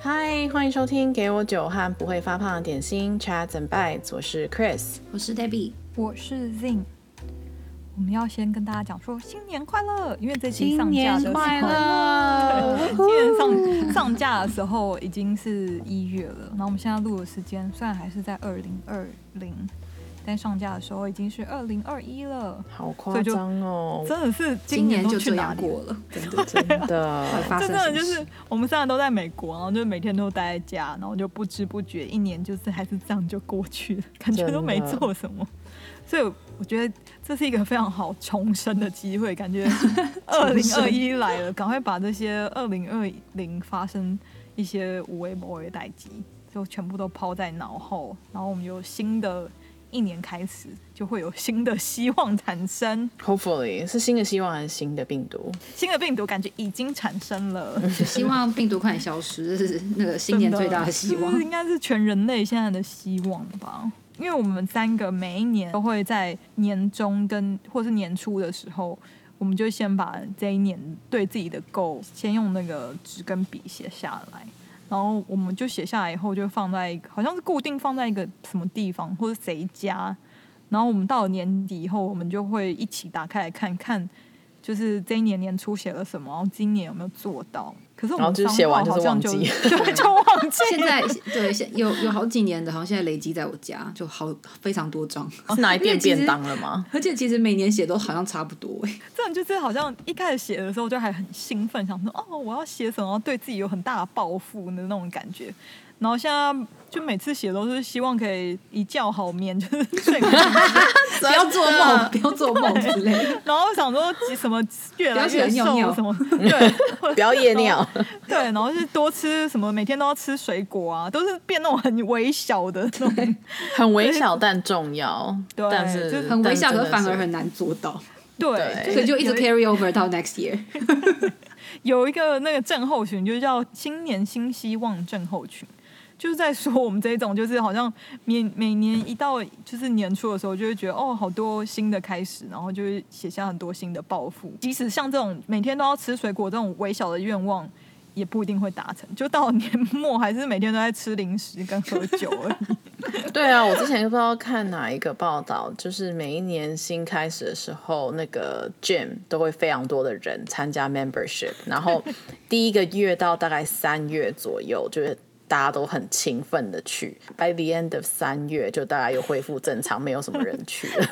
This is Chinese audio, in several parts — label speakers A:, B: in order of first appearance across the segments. A: 嗨，欢迎收听《给我酒和不会发胖的点心 Chats and Bites》，我是 Chris。
B: 我是 Debbie，
C: 我是 Zin。我们要先跟大家讲说新年快乐，因为这期
A: 新
C: 上架
A: 年
C: 的时候，
A: 快乐！
C: 今年上上架的时候已经是一月了，然后我们现在录的时间虽然还是在二零二零，但上架的时候已经是二零二一了，
A: 好夸张哦，
C: 真的是
B: 今年
C: 年
B: 就
C: 都去
B: 这
C: 哪
B: 样
C: 里
B: 过了，真的。
A: 真 的。
B: 到底发
C: 这
B: 生
C: 真
B: 什
C: 的
B: 么
C: 就
B: 事
C: 是我们三个都在美国，然后就每天都待在家，然后就不知不觉一年就是还是这样就过去了，感觉都没
A: 真的
C: 做什么。所以我觉得这是一个非常好重生的机会，感觉二
B: 重
C: 零
B: 生
C: 二一来了，赶快把这些二零二零发生一些无微不微的代际，就全部都抛在脑后，然后我们有新的一年开始，就会有新的希望产生，
A: Hopefully 是新的希望还是新的病毒？
C: 新的病毒感觉已经产生了。
B: 就希望病毒快点消失，这是那个新年最大的希望
C: 真。应该是全人类现在的希望吧。因为我们三个每一年都会在年终跟或是年初的时候，我们就先把这一年对自己的 goal 先用那个纸跟笔写下来，然后我们就写下来以后就放在一个好像是固定放在一个什么地方或者谁家，然后我们到了年底以后，我们就会一起打开来看看，就是这一年年初写了什么，然后今年有没有做到。可是我
A: 然后
C: 们
A: 就是
C: 商
A: 写完
C: 报
A: 就是
C: 好像
A: 忘
C: 就
A: 记
C: 对， 就忘记。
B: 现在对，现有有好几年的，好像现在累积在我家，就好非常多张，
C: 哦
A: 是拿来
B: 因
A: 变
B: 为其实
A: 便当
C: 啊
A: 了吗？
B: 而且其实每年写都好像差不多哎。
C: 这种就是好像一开始写的时候就还很兴奋，想说哦，我要写什么，对自己有很大的抱负的那种感觉。然后现在就每次写都是希望可以一觉好眠，就是睡不着。
A: 不
B: 不要做梦，不要做梦之 类的。
C: 然后想说几什么越来
B: 不要
C: 越
B: 起来尿
C: 瘦
B: 尿
C: 什么，对，或者
A: 不要夜
B: 哦
A: 尿，
C: 对，然后是多吃什么，每天都要吃水果啊，都是变那种很微小的那种。
A: 很微小但重要，
C: 对
A: 但是
C: 就是
B: 很微笑，
A: 但
B: 可
A: 真的
B: 是反而
A: 是
B: 很难做到，
C: 对，
A: 对
B: 所以就一直
C: 有
B: carry over 到 next year。
C: 有一个那个症候群，就叫新年新希望症候群，就是在说我们这一种，就是好像每每年一到就是年初的时候，就会觉得哦，好多新的开始，然后就会写下很多新的抱负。即使像这种每天都要吃水果这种微小的愿望。也不一定会达成，就到年末还是每天都在吃零食跟喝酒而已。
A: 对啊，我之前就不知道看哪一个报道，就是每一年新开始的时候，那个 gym 都会非常多的人参加 membership，然 后第一个月到大概三月左右，就是大家都很勤奋的去，by the end of 三月就大概又恢复正常，没有什么人去了。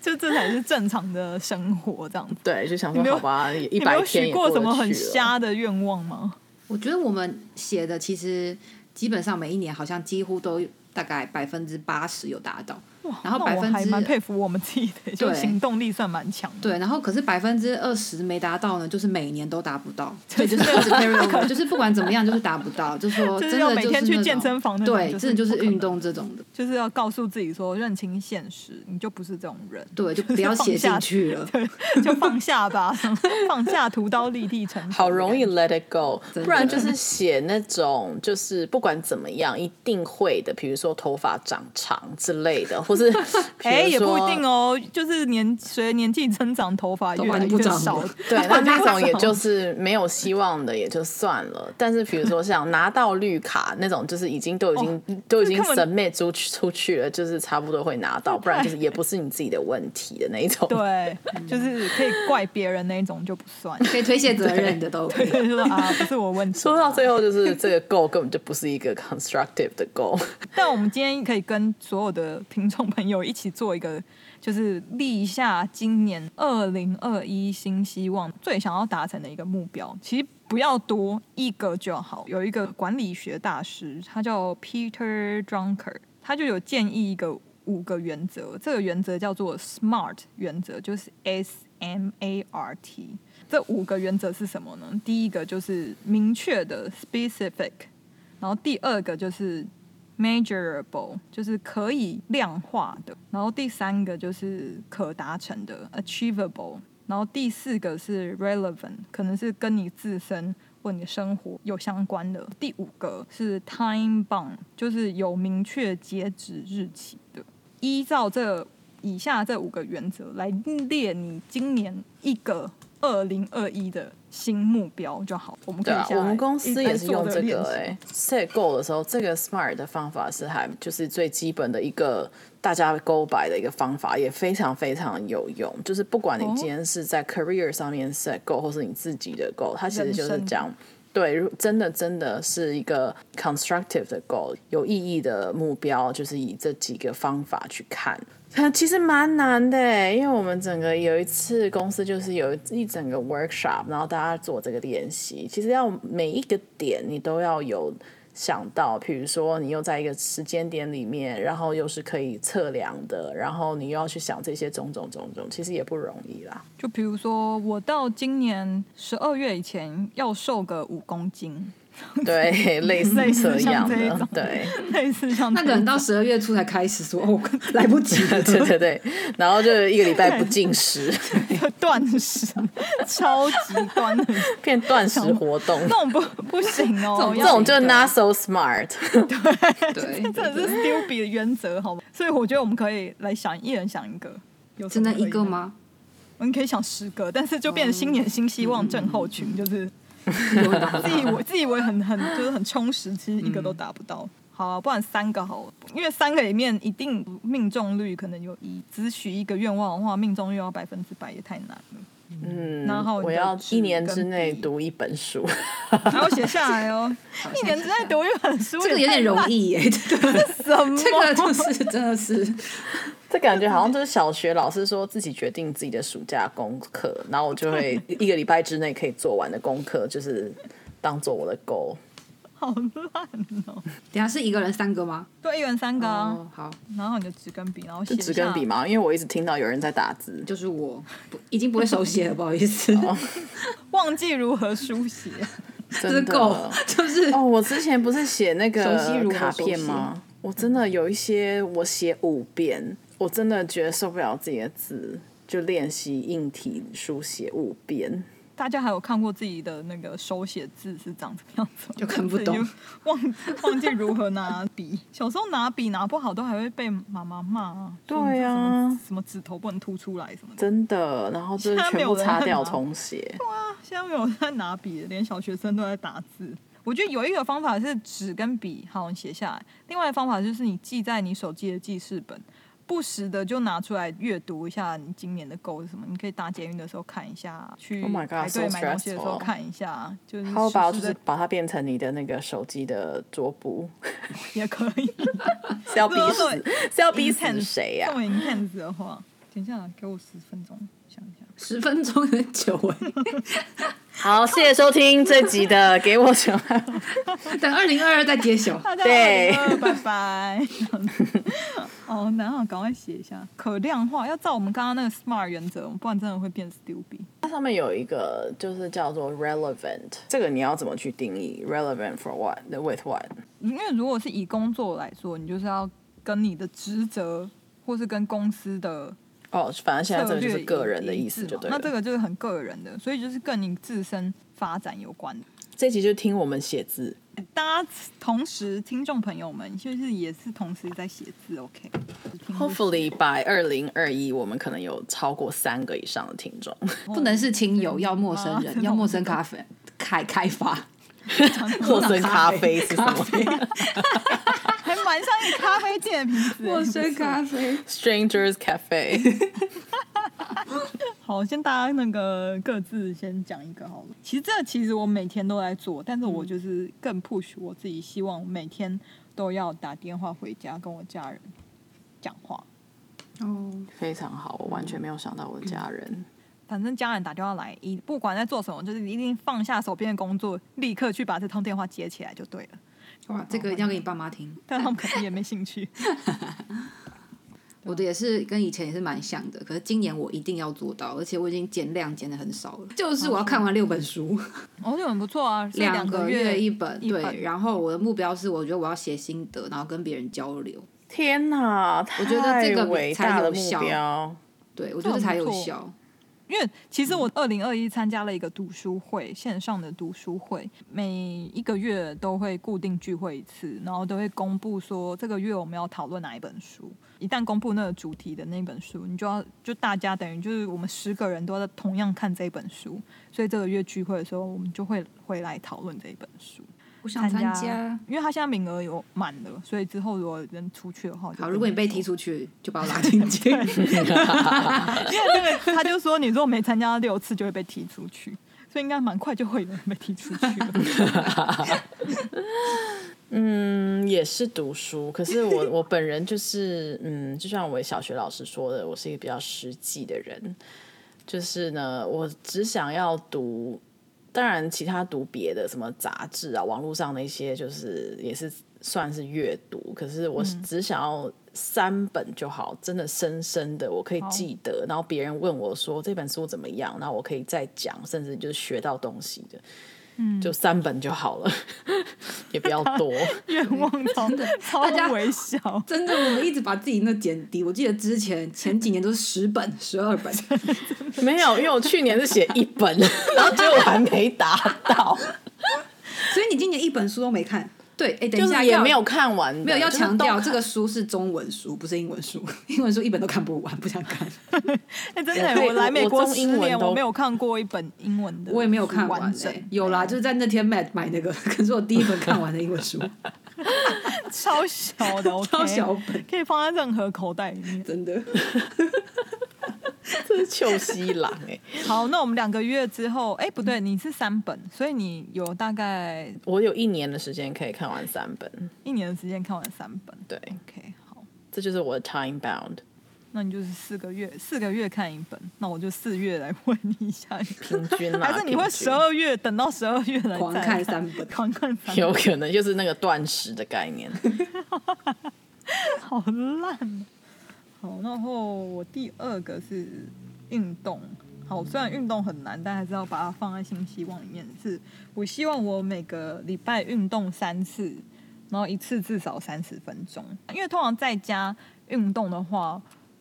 C: 就这才是正常的生活这样子。
A: 对，就想
C: 你
A: 说
C: 没有
A: 好吧， 也一
C: 你没
A: 百
C: 有
A: 天
C: 许
A: 也
C: 过
A: 过
C: 什么
A: 得
C: 很
A: 去了。
C: 瞎的愿望吗？
B: 我觉得我们写的其实基本上每一年好像几乎都大概百分之八十有达到，然后
C: 那
B: 百
C: 我
B: 分
C: 还
B: 之
C: 蛮佩服我们自己的，就
B: 对
C: 行动力算蛮强的。
B: 对，然后可是百分之二十没达到呢，就是每年都达不到，对，就是 一直 carry over，就是不管怎么样就是达不到，就说
C: 就
B: 真
C: 是要
B: 的
C: 每
B: 就是
C: 天去
B: 那种
C: 健身房那种
B: 对，
C: 就是
B: 真的就是
C: 不可能
B: 运动这种的，
C: 就是要告诉自己说认清现实，你就不是这种人，
B: 对，就不要写进去了。
C: 就放下吧， 放下屠刀立地成佛。
A: 好容易 let it go，
B: 真的
A: 不然就是写那种就是不管怎么样一定会的，比如说头发长长之类的，或是 比
C: 哎、
A: 如
C: 也不
A: 说
C: 一定哦，就是年随着年纪增长，头发
B: 头
C: 越
B: 发
C: 来
B: 就不
C: 越
B: 长
C: 少
B: 了。
A: 对，那那种也就是没有希望的也就算了。但是比如说像拿到绿卡那种，就是已经都已经、都已经
C: 哦这根本
A: submit 出去出去了，就是差不多会拿到，不然就是也不是你自己的问题的那一种。
C: 对，就是可以怪别人那一种就不算，
B: 可以推卸责任的都可以。
C: 就是说啊，不是我问 题。
A: 说到最后，就是这个 goal 根本就不是一个 constructive 的 goal。
C: 但我们今天可以跟所有的听众朋友一起做一个，就是立下今年二零二一新希望最想要达成的一个目标。其实不要多，一个就好。有一个管理学大师，他叫 Peter Drucker，他就有建议一个五个原则，这个原则叫做 SMART 原则，就是 S M A R T。这五个原则是什么呢？第一个就是明确的 （specific），然后第二个就是 measurable，就是可以量化的；然后第三个就是可达成的 （achievable），然后第四个是 relevant，可能是跟你自身或你的生活有相关的；第五个是 time bound，就是有明确截止日期的。依照这以下这五个原则来列你今年一个二零二一的新目标就好。我们可
A: 对
C: 以
A: 啊，
C: 下
A: 我
C: 来
A: 们公司
C: 一
A: 也是
C: 来做
A: 用这
C: 练
A: 个
C: 习
A: 哎、欸，set goal 的时候，这个 smart 的方法是还就是最基本的一个大家 go by 的一个方法，也非常非常有用。就是不管你
C: 哦
A: 今天是在 career 上面 set goal，或是你自己的 goal，它其实
C: 人
A: 就是
C: 生
A: 讲。对，如真的真的是一个 constructive 的 goal，有意义的目标，就是以这几个方法去看。啊，其实蛮难的欸，因为我们整个有一次公司就是有一整个 workshop，然后大家做这个练习。其实要每一个点你都要有想到，比如说你又在一个时间点里面，然后又是可以测量的，然后你又要去想这些种种种种，其实也不容易 啦。
C: 就比如说，我到今年十二月以前要瘦个五公斤，
A: 对，类似
C: 类似
A: 这
C: 像
A: 样
C: 这一
A: 的
C: 种，
A: 对。
C: 类似像
B: 那
C: 这
B: 个人
C: 种
B: 到十二月初才开始说，哦，来不及 了。
A: 对对对，然后就一个礼拜不进食，
C: 断食， 超级断食，
A: 变断食活动，
C: 那种不不行哦，
B: 这种
A: 这
C: 要
A: 种就
B: 对
A: not so smart。
B: 对，
C: 这是 Stupid 的原则，好吗？所以我觉得我们可以来想，一人想一个，有什
B: 只
C: 么
B: 能
C: 可以
B: 一个？吗？
C: 我们可以想十个，但是就变成新年新希望症候
A: 嗯
C: 群，就是自以为自以为很很就是很充实，其实一
A: 嗯
C: 个都达不到。好、啊，不然三个好了，因为三个里面一定命中率可能有一，只许一个愿望的话，命中率要百分之百也太难了，
A: 嗯，
C: 然
B: 哦
C: 后你
A: 我
C: 的
A: 要
C: 纸
A: 一年
C: 跟
A: 之内
C: 笔
A: 读一本书，
C: 还要写下来 哦。一年之内读一本书，
B: 这个有点容
C: 易，
B: 易耶，这个
C: 什么？
B: 这个就是真的是，
A: 这感觉 好像就是小学老师说自己决定自己的暑假功课，然后我就会一个礼拜之内可以做完的功课，就是当做我的 goal。
C: 好烂哦！
B: 等一下是一个人三个吗？
C: 对，一人三个啊，
B: 哦，好，
C: 然后你就纸跟笔，然后写
A: 是纸跟
C: 下
A: 笔嘛，因为我一直听到有人在打字，
B: 就是我不已经不会手写了，不好意思，
C: 哦忘记如何书写，
B: 这是
A: 真
B: 够
A: 的，
B: 就是
A: 哦，我之前不是写那个
B: 熟悉如何
A: 卡片吗？我真的有一些我写五遍，我真的觉得受不了自己的字，就练习硬体书写五遍。
C: 大家还有看过自己的那个手写字是长什么样子吗？
B: 就看不懂
C: 自己就忘 忘记如何拿笔。小时候拿笔拿不好，都还会被妈妈骂啊。说你
A: 对啊
C: 什么什么指头不能凸出来什么的。
A: 真的，然后就是
C: 现在没
A: 全
C: 有
A: 部
C: 人
A: 擦
C: 在
A: 掉
C: 拿
A: 重写。
C: 哇，现在没有人在拿笔了，连小学生都在打字。我觉得有一个方法是纸跟笔，好，你写下来；另外一个方法就是你记在你手机的记事本，不时的就拿出来阅读一下你今年的 goal 是什么。你可以搭捷运的时候看一下，去
A: Oh my god,
C: 排队
A: so
C: 买东西的时候
A: stressful
C: 看一下，就是
A: 还有把
C: 时
A: 就
C: 时
A: 是
C: 的
A: 把它变成你的那个手机的桌布，
C: 也可 以。
A: 是要逼
C: 对啊
A: 死
C: 对
A: 是要逼死谁呀、
C: 这么 intense 的话，等一下给我十分钟想一下。
B: 十分钟有点久哎，
A: 好，谢谢收听这集的， 给我什么？
B: 等二零二二再揭晓。
C: 大家
A: 对
C: 好拜拜。 哦，然后赶快写一下，可量化，要照我们刚刚那个 SMART 原则，不然真的会变 stupid。
A: 它上面有一个就是叫做 relevant，这个你要怎么去定义？relevant for what？with what？
C: 因为如果是以工作来说，你就是要跟你的职责或是跟公司的
A: 哦，反正现在这个
C: 策略
A: 就是个人的
C: 一
A: 意
C: 致
A: 思，就
C: 嘛
A: 对了。
C: 那这个就是很个人的，所以就是跟你自身发展有关的。
A: 这集就听我们写字，
C: 大家同时，听众朋友们就是也是同时在写字，OK？听不
A: Hopefully by 二零二一，我们可能有超过三个以上的听 众。
B: 不能是亲友，要陌生
C: 啊
B: 人，要陌生咖啡开开发，
A: 陌生咖啡是什
B: 咖
A: 么
B: 啡，
C: 还蛮像一个咖啡店的瓶 子。
B: 陌生咖啡，
A: ？Strangers Cafe。
C: 好，先大家那个各自先讲一个好了。其实这其实我每天都在做，但是我就是更 push 我自己，希望每天都要打电话回家跟我家人讲话。
B: 哦，
A: 非常好，我完全没有想到我的家人。
C: 反正家人打电话来，一不管在做什么，就是一定放下手边的工作，立刻去把这通电话接起来就对了。
B: 哇，这个一定要给你爸妈听。
C: 但他们肯定也没兴趣。
B: 我的也是跟以前也是蛮像的，可是今年我一定要做到，而且我已经减量减的很少了。就是我要看完六本书，
C: 哦，这很不错啊，是两
B: 个
C: 月
B: 一本，
C: 一本
B: 对。然后我的目标是，我觉得我要写心得，然后跟别人交流，
A: 天哪，我
B: 觉得这个比
A: 伟大的
B: 才有
A: 目
B: 效
A: 标。
B: 对我觉得才有
C: 这很不错
B: 效。
C: 因为其
B: 嗯
C: 实我二零二一参加了一个读书会，线上的读书会，每一个月都会固定聚会一次，然后都会公布说这个月我们要讨论哪一本书。一旦公布那个主题的那本书，你就要就大家等于就是我们十个人都在同样看这本书，所以这个月聚会的时候，我们就会回来讨论这一本书。
B: 我想参
C: 加，
B: 加。
C: 因为他现在名额有满了，所以之后如果人出去的话，我就
B: 好，
C: 跟
B: 如果你被
C: 说
B: 踢出去，就把我拉进 去。
C: 因为那个他就说，你如果没参加六次就会被踢出去，所以应该蛮快就会有人被踢出去了。
A: 嗯，也是读书，可是我我本人就是，嗯，就像我小学老师说的，我是一个比较实际的人，就是呢，我只想要读，当然其他读别的什么杂志啊，网络上的一些就是也是算是阅读，可是我只想要三本就好，真的深深的我可以记得，然后别人问我说这本书怎么样，然后我可以再讲，甚至就是学到东西的，嗯，就三本就好了， 也不要多。
C: 愿望超超
B: 大家
C: 微小，
B: 真的，我们一直把自己那减低。我记得之前前几年都是十 本、十二本，
A: 没有，因为我去年是写一本， 然后结果我还没达到，
B: 所以你今年一本书都没看。对，哎， 等
A: 就
B: 一下
A: 是也
B: 要
A: 没有看完的，
B: 没有要
A: 就是都
B: 强 调，这个书是中文书，不是英文书。 英文书一本都看不完，不想看。
C: 哎、真的耶、
A: 对
C: 我来美
A: 我
C: 国
A: 中
C: 十
A: 英文
C: 年，
A: 都
C: 我没有看过一本英文的，
B: 我也没有看
C: 完
B: 完、
C: 整
B: 欸， 有啦，就是在那天 Matt 买那个，可是我第一本看完的英文 书，
C: 超小 的，
B: 超小
C: OK
B: 本
C: 可以放在任何口袋里面。
B: 真的。
A: 这是秋西郎哎、
C: 好，那我们两个月之后，哎、不对，你是三本，所以你有大概
A: 我有一年的时间可以看完三本，
C: 一年的时间看完三本。
A: 对，
C: OK，好，
A: 这就是我的 time bound。
C: 那你就是四个月，四个月看一本，那我就四月来问你一下，
A: 平均啦
C: 还是你会
A: 平均
C: 十二月等到十二月来
B: 狂
C: 再
B: 看三本
C: 狂看三本，
A: 有可能就是那个断食的概念，
C: 好烂哦。好，然后我第二个是运动。好，虽然运动很难，但还是要把它放在新希望里面。是我希望我每个礼拜运动三次，然后一次至少三十分钟。因为通常在家运动的话，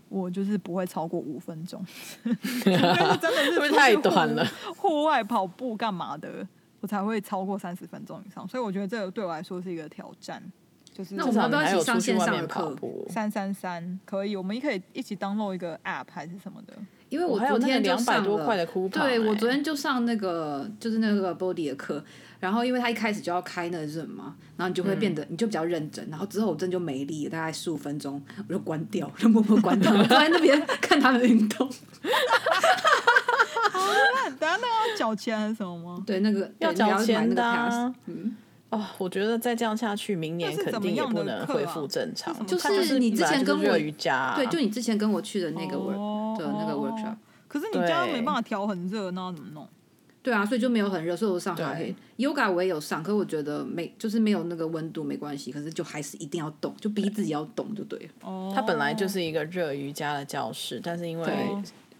C: 我就是不会超过五分钟，除非是真的是
A: 会不会
C: 出去
A: 太
C: 户
A: 短了？
C: 户外跑步干嘛的，我才会超过三十分钟以上。所以我觉得这个对我来说是一个挑战。就是
B: 那我
A: 至少
B: 们要
A: 你
B: 不要
A: 还有
B: 一
A: 出
B: 起上
A: 去
B: 线
A: 外
B: 上
A: 面
B: 的
A: 跑
B: 课
A: 步。
C: 三三三可以，我们也可以一起 download 一个 app 还是什么的。
B: 因为
A: 我
B: 我
A: 哦还有
B: 昨
A: 那个
B: 天就
A: 两百
B: 上
A: 多
B: 了
A: 块的 coupon
B: 对我
A: 欸
B: 昨天就上那个就是那个 body 的课，然后因为他一开始就要开那个 zoom 嘛，然后你就会
A: 嗯
B: 变得、你就比较认真，然后之后我真的就没力了，大概十五分钟我就关掉，就默默关掉，我坐在那边 看他们运动。
C: 那啊等下那个要缴钱还是什么吗？
B: 对，那个
A: 要
B: 对你
A: 交
B: 买
A: 钱
B: 那个嗯
A: 的
B: pass，
A: 啊、哦，我觉得再这样下去，明年
C: 那是
A: 肯
C: 怎么
A: 定也
C: 样的
A: 不能
C: 课啊
A: 恢复正常。
C: 是什么
A: 它就
C: 课
B: 啊就是是你之
A: 本来就是
B: 前跟
A: 热
B: 我
A: 瑜伽啊、
B: 对，就你之前跟我去的那个 work、的那个 workshop，
C: 哦。可是你家
A: 对
C: 没办法调很热，那要怎么弄？
B: 对啊，所以就没有很热，所以我上滑
A: 对
B: 黑 yoga 我也有上，可我觉得没就是没有那个温度没关系，可是就还是一定要动，就逼自己要动就对了。
C: 哦，
A: 它本来就是一个热瑜伽的教室，但是因为
B: 对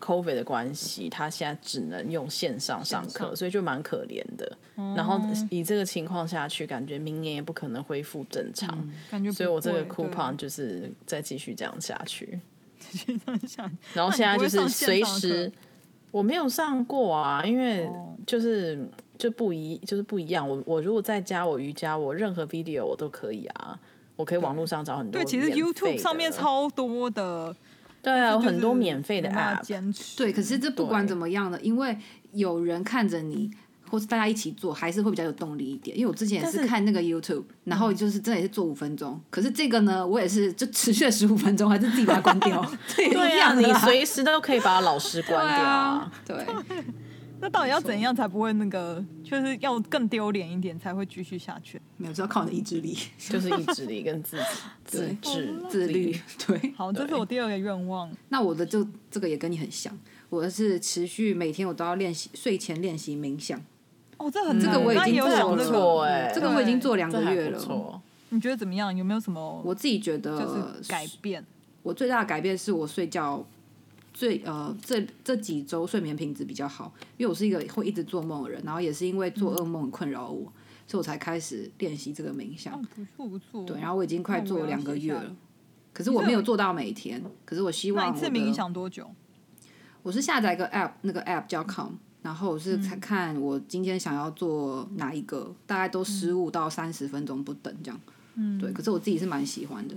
A: COVID 的关系，它现在只能用线上上
C: 线
A: 课，
C: 上嗯
A: 所以就蛮可怜的。然后以这个情况下去，感觉明年也不可能恢复正常，
C: 嗯感觉不会，
A: 所以我这个
C: 对
A: coupon 就是再继续这样下去。
C: 想
A: 然后现在就是随时
C: 那你不会上线上课，
A: 我没有上过啊，因为
C: 哦
A: 就是就不一就是不一样。我我如果在家我瑜伽，我任何 video 我都可以啊，我可以网络上找很多
C: 对，其实
A: 免费
C: YouTube 上面
A: 的
C: 超多的，
A: 对啊，有
C: 就是
A: 很多免费的
C: 没办
A: app
C: 法。坚持
B: 对，可是这不管
A: 对
B: 怎么样呢，因为有人看着你，或是大家一起做，还是会比较有动力一点。因为我之前也
A: 但
B: 是
A: 是
B: 看那个 YouTube，然后就是真的也是做五分钟，可是这个呢，我也是就持续了十五分钟，还是自己把它关掉，这也
A: 对
B: 一
A: 呀、
B: 样的
A: 你
B: 啦
A: 随时都可以把老师关
B: 对
A: 掉
B: 啊。，对，
C: 那到底要怎样才不会那个，就是要更丢脸一点才会继续下去？
B: 没有，这要靠你的意志力、
A: 就是意志力跟自自
B: 对
A: 制
B: 自律。，对。
C: 好，这是我第二个愿望。
B: 那我的就这个也跟你很像，我的是持续每天我都要练习，睡前练习冥想，
C: 哦，这很
B: 这
C: 难，
B: 个我已
C: 刚刚
B: 经
C: 也有欸
B: 做
C: 讲
B: 了
C: 这
A: 错
C: 个，
A: 哎
B: 这个我已经做两
A: 这
B: 个
A: 还
B: 月
A: 不
B: 了。
A: 错。
C: 你觉得怎么样？有没有什么
B: 我自己觉得
C: 就是改变？
B: 我最大的改变是我睡觉最呃这这几周睡眠品质比较好，因为我是一个会一直做梦的人，然后也是因为做噩梦很困扰我，所以我才开始练习这个冥想
C: 嗯。，不错不错。
B: 对，然后我已经快做了两个月
C: 那我要写下
B: 了
C: 来，
B: 可是我没有做到每天，可是我希
C: 那
B: 望
C: 一
B: 我
C: 次冥
B: 的
C: 想多久？
B: 我是下载一个 app，那个 app
C: 嗯
B: 叫 Com，然后我是看看我今天想要做哪一个，大概都十
C: 嗯
B: 五到三十分钟不等这样。嗯，对，可是我自己是蛮喜欢的。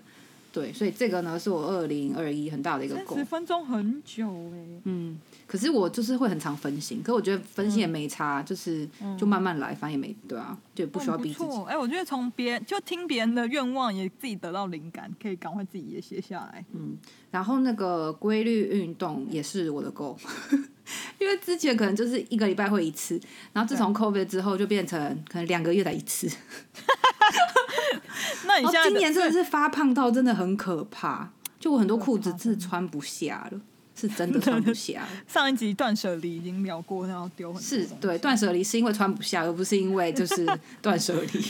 B: 对，所以这个呢是我二零二一很大的一个
C: 三
B: goal
C: 十。分钟很久哎、
B: 嗯，可是我就是会很常分心，可我觉得分心也没差，就是就慢慢来，反正也没对啊，就不需要
C: 很
B: 逼自己。
C: 错哎、我觉得从别就听别人的愿望，也自己得到灵感，可以赶快自己也写下来。
B: 嗯然后那个规律运动也是我的 goal，因为之前可能就是一个礼拜会一次，然后自从 COVID 之后就变成可能两个月才一次。
C: 那你
B: 然后
C: 现在
B: 哦今年真的
C: 的
B: 是发胖到真的很可怕，就我很多裤子真的穿不下了，是真的穿不下了。
C: 上一集断舍离已经聊过，然后丢很多
B: 是
C: 东西
B: 对，断舍离是因为穿不下，而不是因为就是断舍离。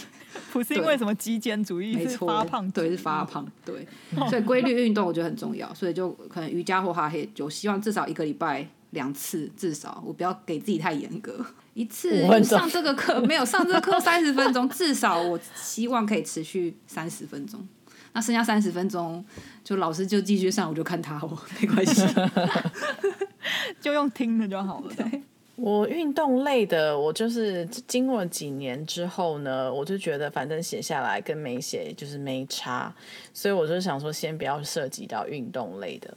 C: 不是因为什么极简主义，
B: 没
C: 是
B: 错，
C: 发胖主义
B: 对，是发胖，对，所以规律运动我觉得很重要，所以就可能瑜伽或哈黑，我希望至少一个礼拜两次，至少我不要给自己太严格，一次
A: 五分钟
B: 上这个课没有上这个课三 十分钟，至少我希望可以持续三十分钟。那剩下三十分钟，就老师就继续上，我就看他哦，没 关系。
C: 就用听的就好了。
A: 我运动类的，我就是经过几年之后呢，我就觉得反正写下来跟没写就是没差，所以我就想说先不要涉及到运动类的，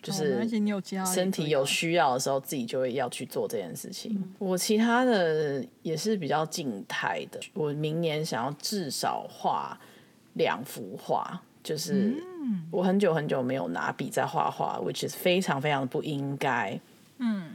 A: 就
C: 哦没
A: 是
C: 关系你有其他的
A: 身体有需要的时候自己就会要去做这件事情。
C: 嗯
A: 我其他的也是比较静态的，我明年想要至少画两幅画，就是
C: 嗯
A: 我很久很久没有拿笔在画画，which is 非常非常不应该。
C: 嗯，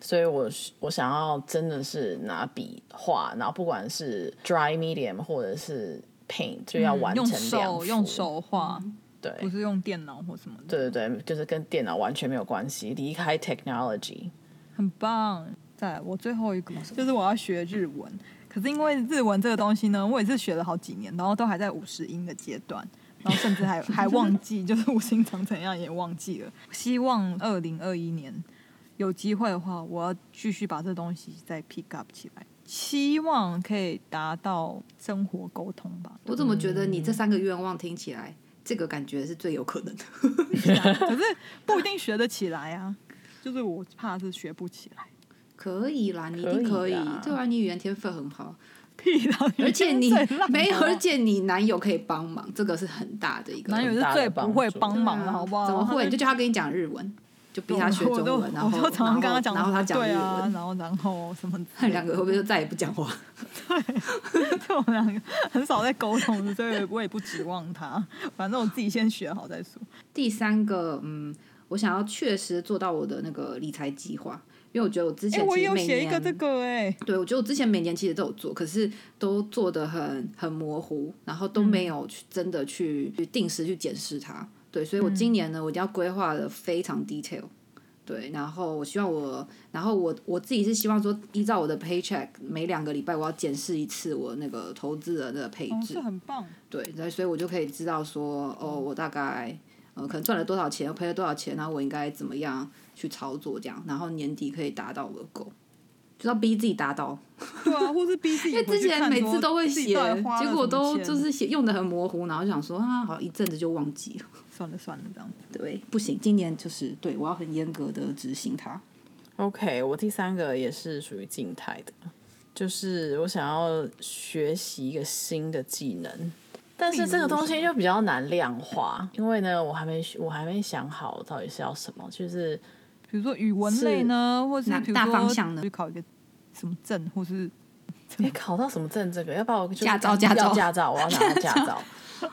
A: 所以我是我想要真的是拿笔画，然后不管是 dry medium 或者是 paint，就要完
C: 嗯用
A: 成两幅
C: 手用手画，
B: 嗯
A: 对
C: 不是用电脑或什么的，
A: 对对对，就是跟电脑完全没有关系，离开 technology。
C: 很棒。再来我最后一个就是我要学日文，可是因为日文这个东西呢，我也是学了好几年，然后都还在五十音的阶段，然后甚至还还忘记，就是五十音长怎样也忘记了。希望二零二一年有机会的话，我要继续把这东西再 pick up 起来，希望可以达到生活沟通吧。
B: 我怎么觉得你这三个愿望听起来，这个感觉是最有可能的？
C: 啊可是不一定学得起来啊，就是我怕是学不起来。
B: 可以啦，你一定
A: 可
B: 可
A: 以
B: 以
A: 啦，
B: 对啊，你语言天分很好。
C: 屁啦！
B: 而且你
C: 真的最烂
B: 没有，
C: 好不好
B: 而且你男友可以帮忙，这个是很大的一个
C: 男友是最不会帮忙
B: 对
C: 的，
B: 啊
C: 好不好？
B: 怎么 会？
C: 他
B: 你就叫他跟你讲日文，就逼他学中
C: 我都
B: 文，然后
C: 我都常常跟他讲，
B: 然后然后他讲
C: 对
B: 日
C: 啊，
B: 文，
C: 然后然后什么 之
B: 他们
C: 类的，
B: 两个会不会就再也不讲话？
C: 就我们两个很少在沟通，所以我也不指望他。反正我自己先学好再说。
B: 第三个，嗯，我想要确实做到我的那个理财计划，因为我觉得我之
C: 哎、
B: 前
C: 我
B: 其
C: 也
B: 实
C: 有
B: 每
C: 写一
B: 年
C: 个这个哎、
B: 对，我觉得我之前每年其实都有做，可是都做的很很模糊，然后都
C: 嗯
B: 没有去真的去去定时去检视它。对，所以我
C: 嗯
B: 今年呢，我一定要规划的非常 detail。对，然后我希望我，然后我我自己是希望说，依照我的 paycheck，每两个礼拜我要检视一次我那个投资人的配
C: 哦，
B: 置。
C: 是很棒。
B: 对，那所以我就可以知道说，哦，我大概呃可能赚了多少钱，赔了多少钱，然后我应该怎么样去操作这样，然后年底可以达到我的 goal，就是要逼自己达到。
C: 对啊，或是逼自己。因
B: 因为之前每次都会写，结果都就是是写用的很模糊，然后就想说啊，好一阵子就忘记了。
C: 算了算了这样子。
B: 对，不行，今年就是对我要很严格的执行它。
A: OK，我第三个也是属于静态的，就是我想要学习一个新的技能，但是这个东西就比较难量化，因为呢，我还没我还没想好到底是要什么， 就是
C: 比如说语文类呢，或是
B: 哪
C: 比如
B: 大
C: 说
B: 方向呢
C: 去考一个什么证，或是
A: 哎、考到什么证？这个要把我就是
B: 驾照
A: 刚要
B: 驾照
A: 驾照，我要拿到驾 照。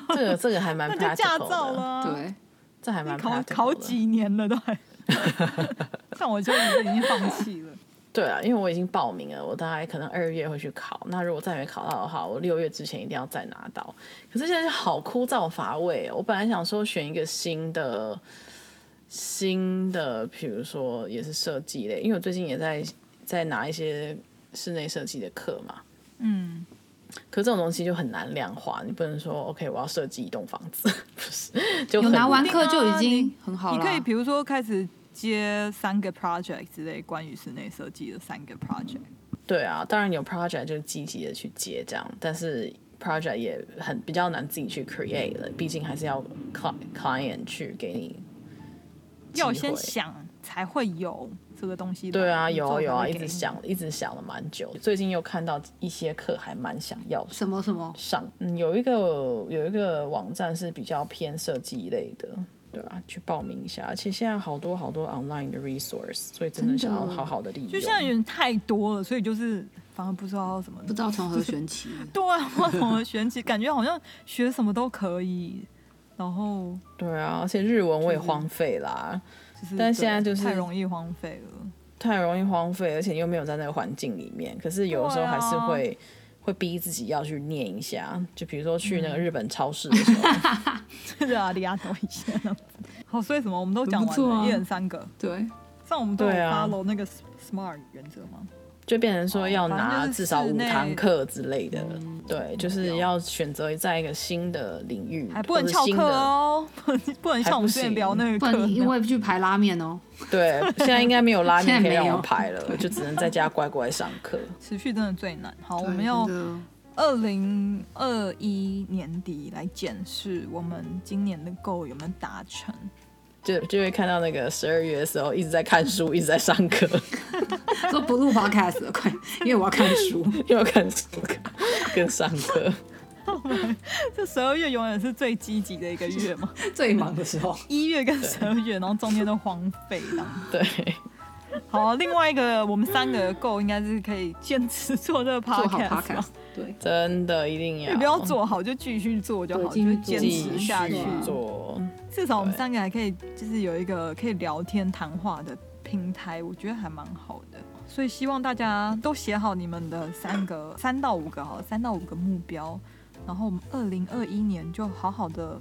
A: 这个这个还蛮
C: 那
A: practical
C: 就
A: 的，
C: 驾照了啊。
B: 对，
A: 这还蛮 practical
C: 考
A: 的。
C: 考几年了都 还，像我就已经放弃了。
A: 对啊，因为我已经报名了，我大概可能二月会去考。那如果再没考到的话，我六月之前一定要再拿到。可是现在就好枯燥乏味哦。我本来想说选一个新的、新的，比如说也是设计类，因为我最近也在在拿一些室内设计的课嘛。
C: 嗯，
A: 可是这种东西就很难量化，你不能说 OK，我要设计一栋房子， 不是？就
B: 有
A: 很
B: 拿完
C: 定
B: 课就已
C: 啊
B: 经很好
C: 你
B: 了。
C: 可以比如说开始接三个 project 之类关于室内设计的三个 project。
A: 对啊，当然有 project 就积极的去接这样，但是 project 也很比较难自己去 create 了，毕竟还是要 cli- client 去给你机会
C: 要先想才会有这个东西来。
A: 对啊，有
C: 宇宙
A: 啊
C: 才
A: 有啊，
C: 会
A: 一
C: 给
A: 直
C: 你
A: 想，一直想了蛮久。最近又看到一些课，还蛮想要
B: 什么什么
A: 上。嗯，有一个有一个网站是比较偏设计类的，对吧、去报名一下，而且现在好多好多 online 的 resource，所以真的
B: 真
A: 想
B: 的
A: 要好好的利用。
C: 哦就现在有点太多了，所以就是反而不知道怎么。
B: 不知道从何选 起。
C: 对啊，不知道怎么选起，感觉好像学什么都可以，然后
A: 对啊，而且日文我也荒废啦，
C: 就是，
A: 但现在
C: 对
A: 就是
C: 太容易荒废了。
A: 太容易荒废，而且又没有在那个环境里面。可是有的时候还是
C: 啊
A: 会、会逼自己要去念一下，就比如说去
C: 嗯
A: 那个日本超市的时候，
C: 对啊，利亚多一下。好，所以什么我们都讲
B: 很
C: 完
B: 不错
C: 了，
B: 啊
C: 一人三个。
B: 对，
C: 像我们都有
A: 对啊
C: follow 那个 SMART 原则吗？
A: 就变成说要
C: 哦反
A: 拿
C: 正就是
A: 至少
C: 室
A: 五
C: 内嗯
A: 堂课之类的。对，就是要选择在一个新的领域，
C: 还不能
A: 或者
C: 翘
A: 新
C: 课
A: 的。
C: 哦，不能 不能像我们之前聊那个
B: 不
C: 课
B: 然
C: 一
B: 你因
C: 样，
B: 为去排拉面 哦。
A: 对，现在应该没有 拉面
B: 现
A: 可
B: 在
A: 以让
B: 没有
A: 我排了，就只能在家乖乖上课。
C: 持续真的最难。好，我
B: 对
C: 们要
B: 真的
C: 二零二一年底来检视我们今年的 goal 有没有达成。
A: 就就会看到那个十二月的时候一直在看书，一直在上课，
B: 说不录 podcast 了，快，因为我要看 书。
A: 又看书跟上课。
C: 这十二月永远是最积极的一个月嘛，
B: 最忙的时 候，
C: 一月跟十二月，然后中间都荒废了。
A: 对，
C: 好，另外一个我们三个的 goal 应该是可以坚持做这个
B: 做好
C: podcast 嘛
B: podcast，对，
A: 真的一定
C: 也
A: 要
C: 不要做好就继续做就
B: 对
C: 好，
B: 继
C: 就
B: 续
C: 是坚
A: 继
C: 持
A: 续
C: 下去
B: 做。啊
A: 做。
C: 至少我们
A: 对
C: 三个还可以，就是有一个可以聊天谈话的平台，我觉得还蛮好的。所以希望大家都写好你们的三个三到五个好了，三到五个目标，然后我们二零二一年就好好的。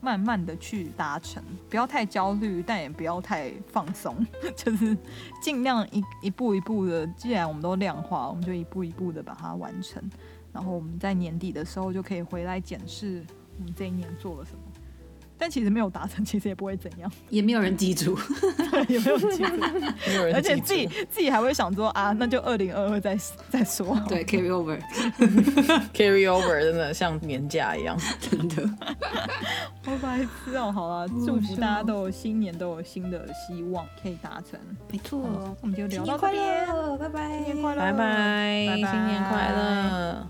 C: 慢慢的去达成，不要太焦虑，但也不要太放松， 就是尽量一一步一步的。既然我们都量化，我们就一步一步的把它完成。然后我们在年底的时候就可以回来检视我们这一年做了什么。但其实没有达成，其实也不会怎 样，
B: 也没有人记住，
C: 也没有记 住，
A: 没有人
C: 而且
A: 记
C: 自己
A: 住
C: 自己还会想说啊，那就二零二二再再说。
B: 对，carry over，
A: carry over 真的像年假一 样。
B: 真的，
C: 好白痴哦，好啦，祝福大家都有新年都有新的希望可以达成。
B: 没错，
C: 我们就聊到这边，
B: 乐，拜拜，
C: 新年快乐，
A: 拜拜，
C: 拜拜
A: 新年快乐。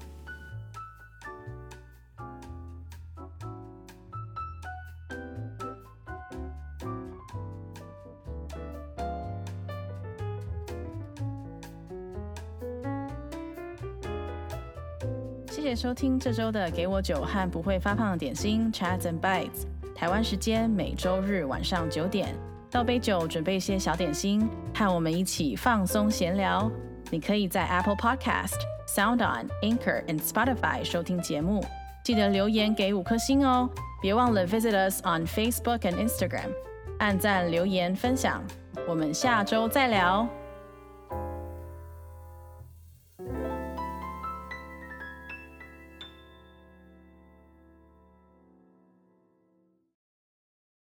A: 谢谢收听这周的《给我酒和不会发胖的点心》Chats and Bites，台湾时间每周日晚上九点，倒杯酒，准备一些小点心，和我们一起放松闲聊。你可以在 Apple Podcast、Sound On、Anchor and Spotify 收听节目，记得留言给五颗星哦！别忘了 visit us on Facebook and Instagram，按赞、留言、分享，我们下周再聊。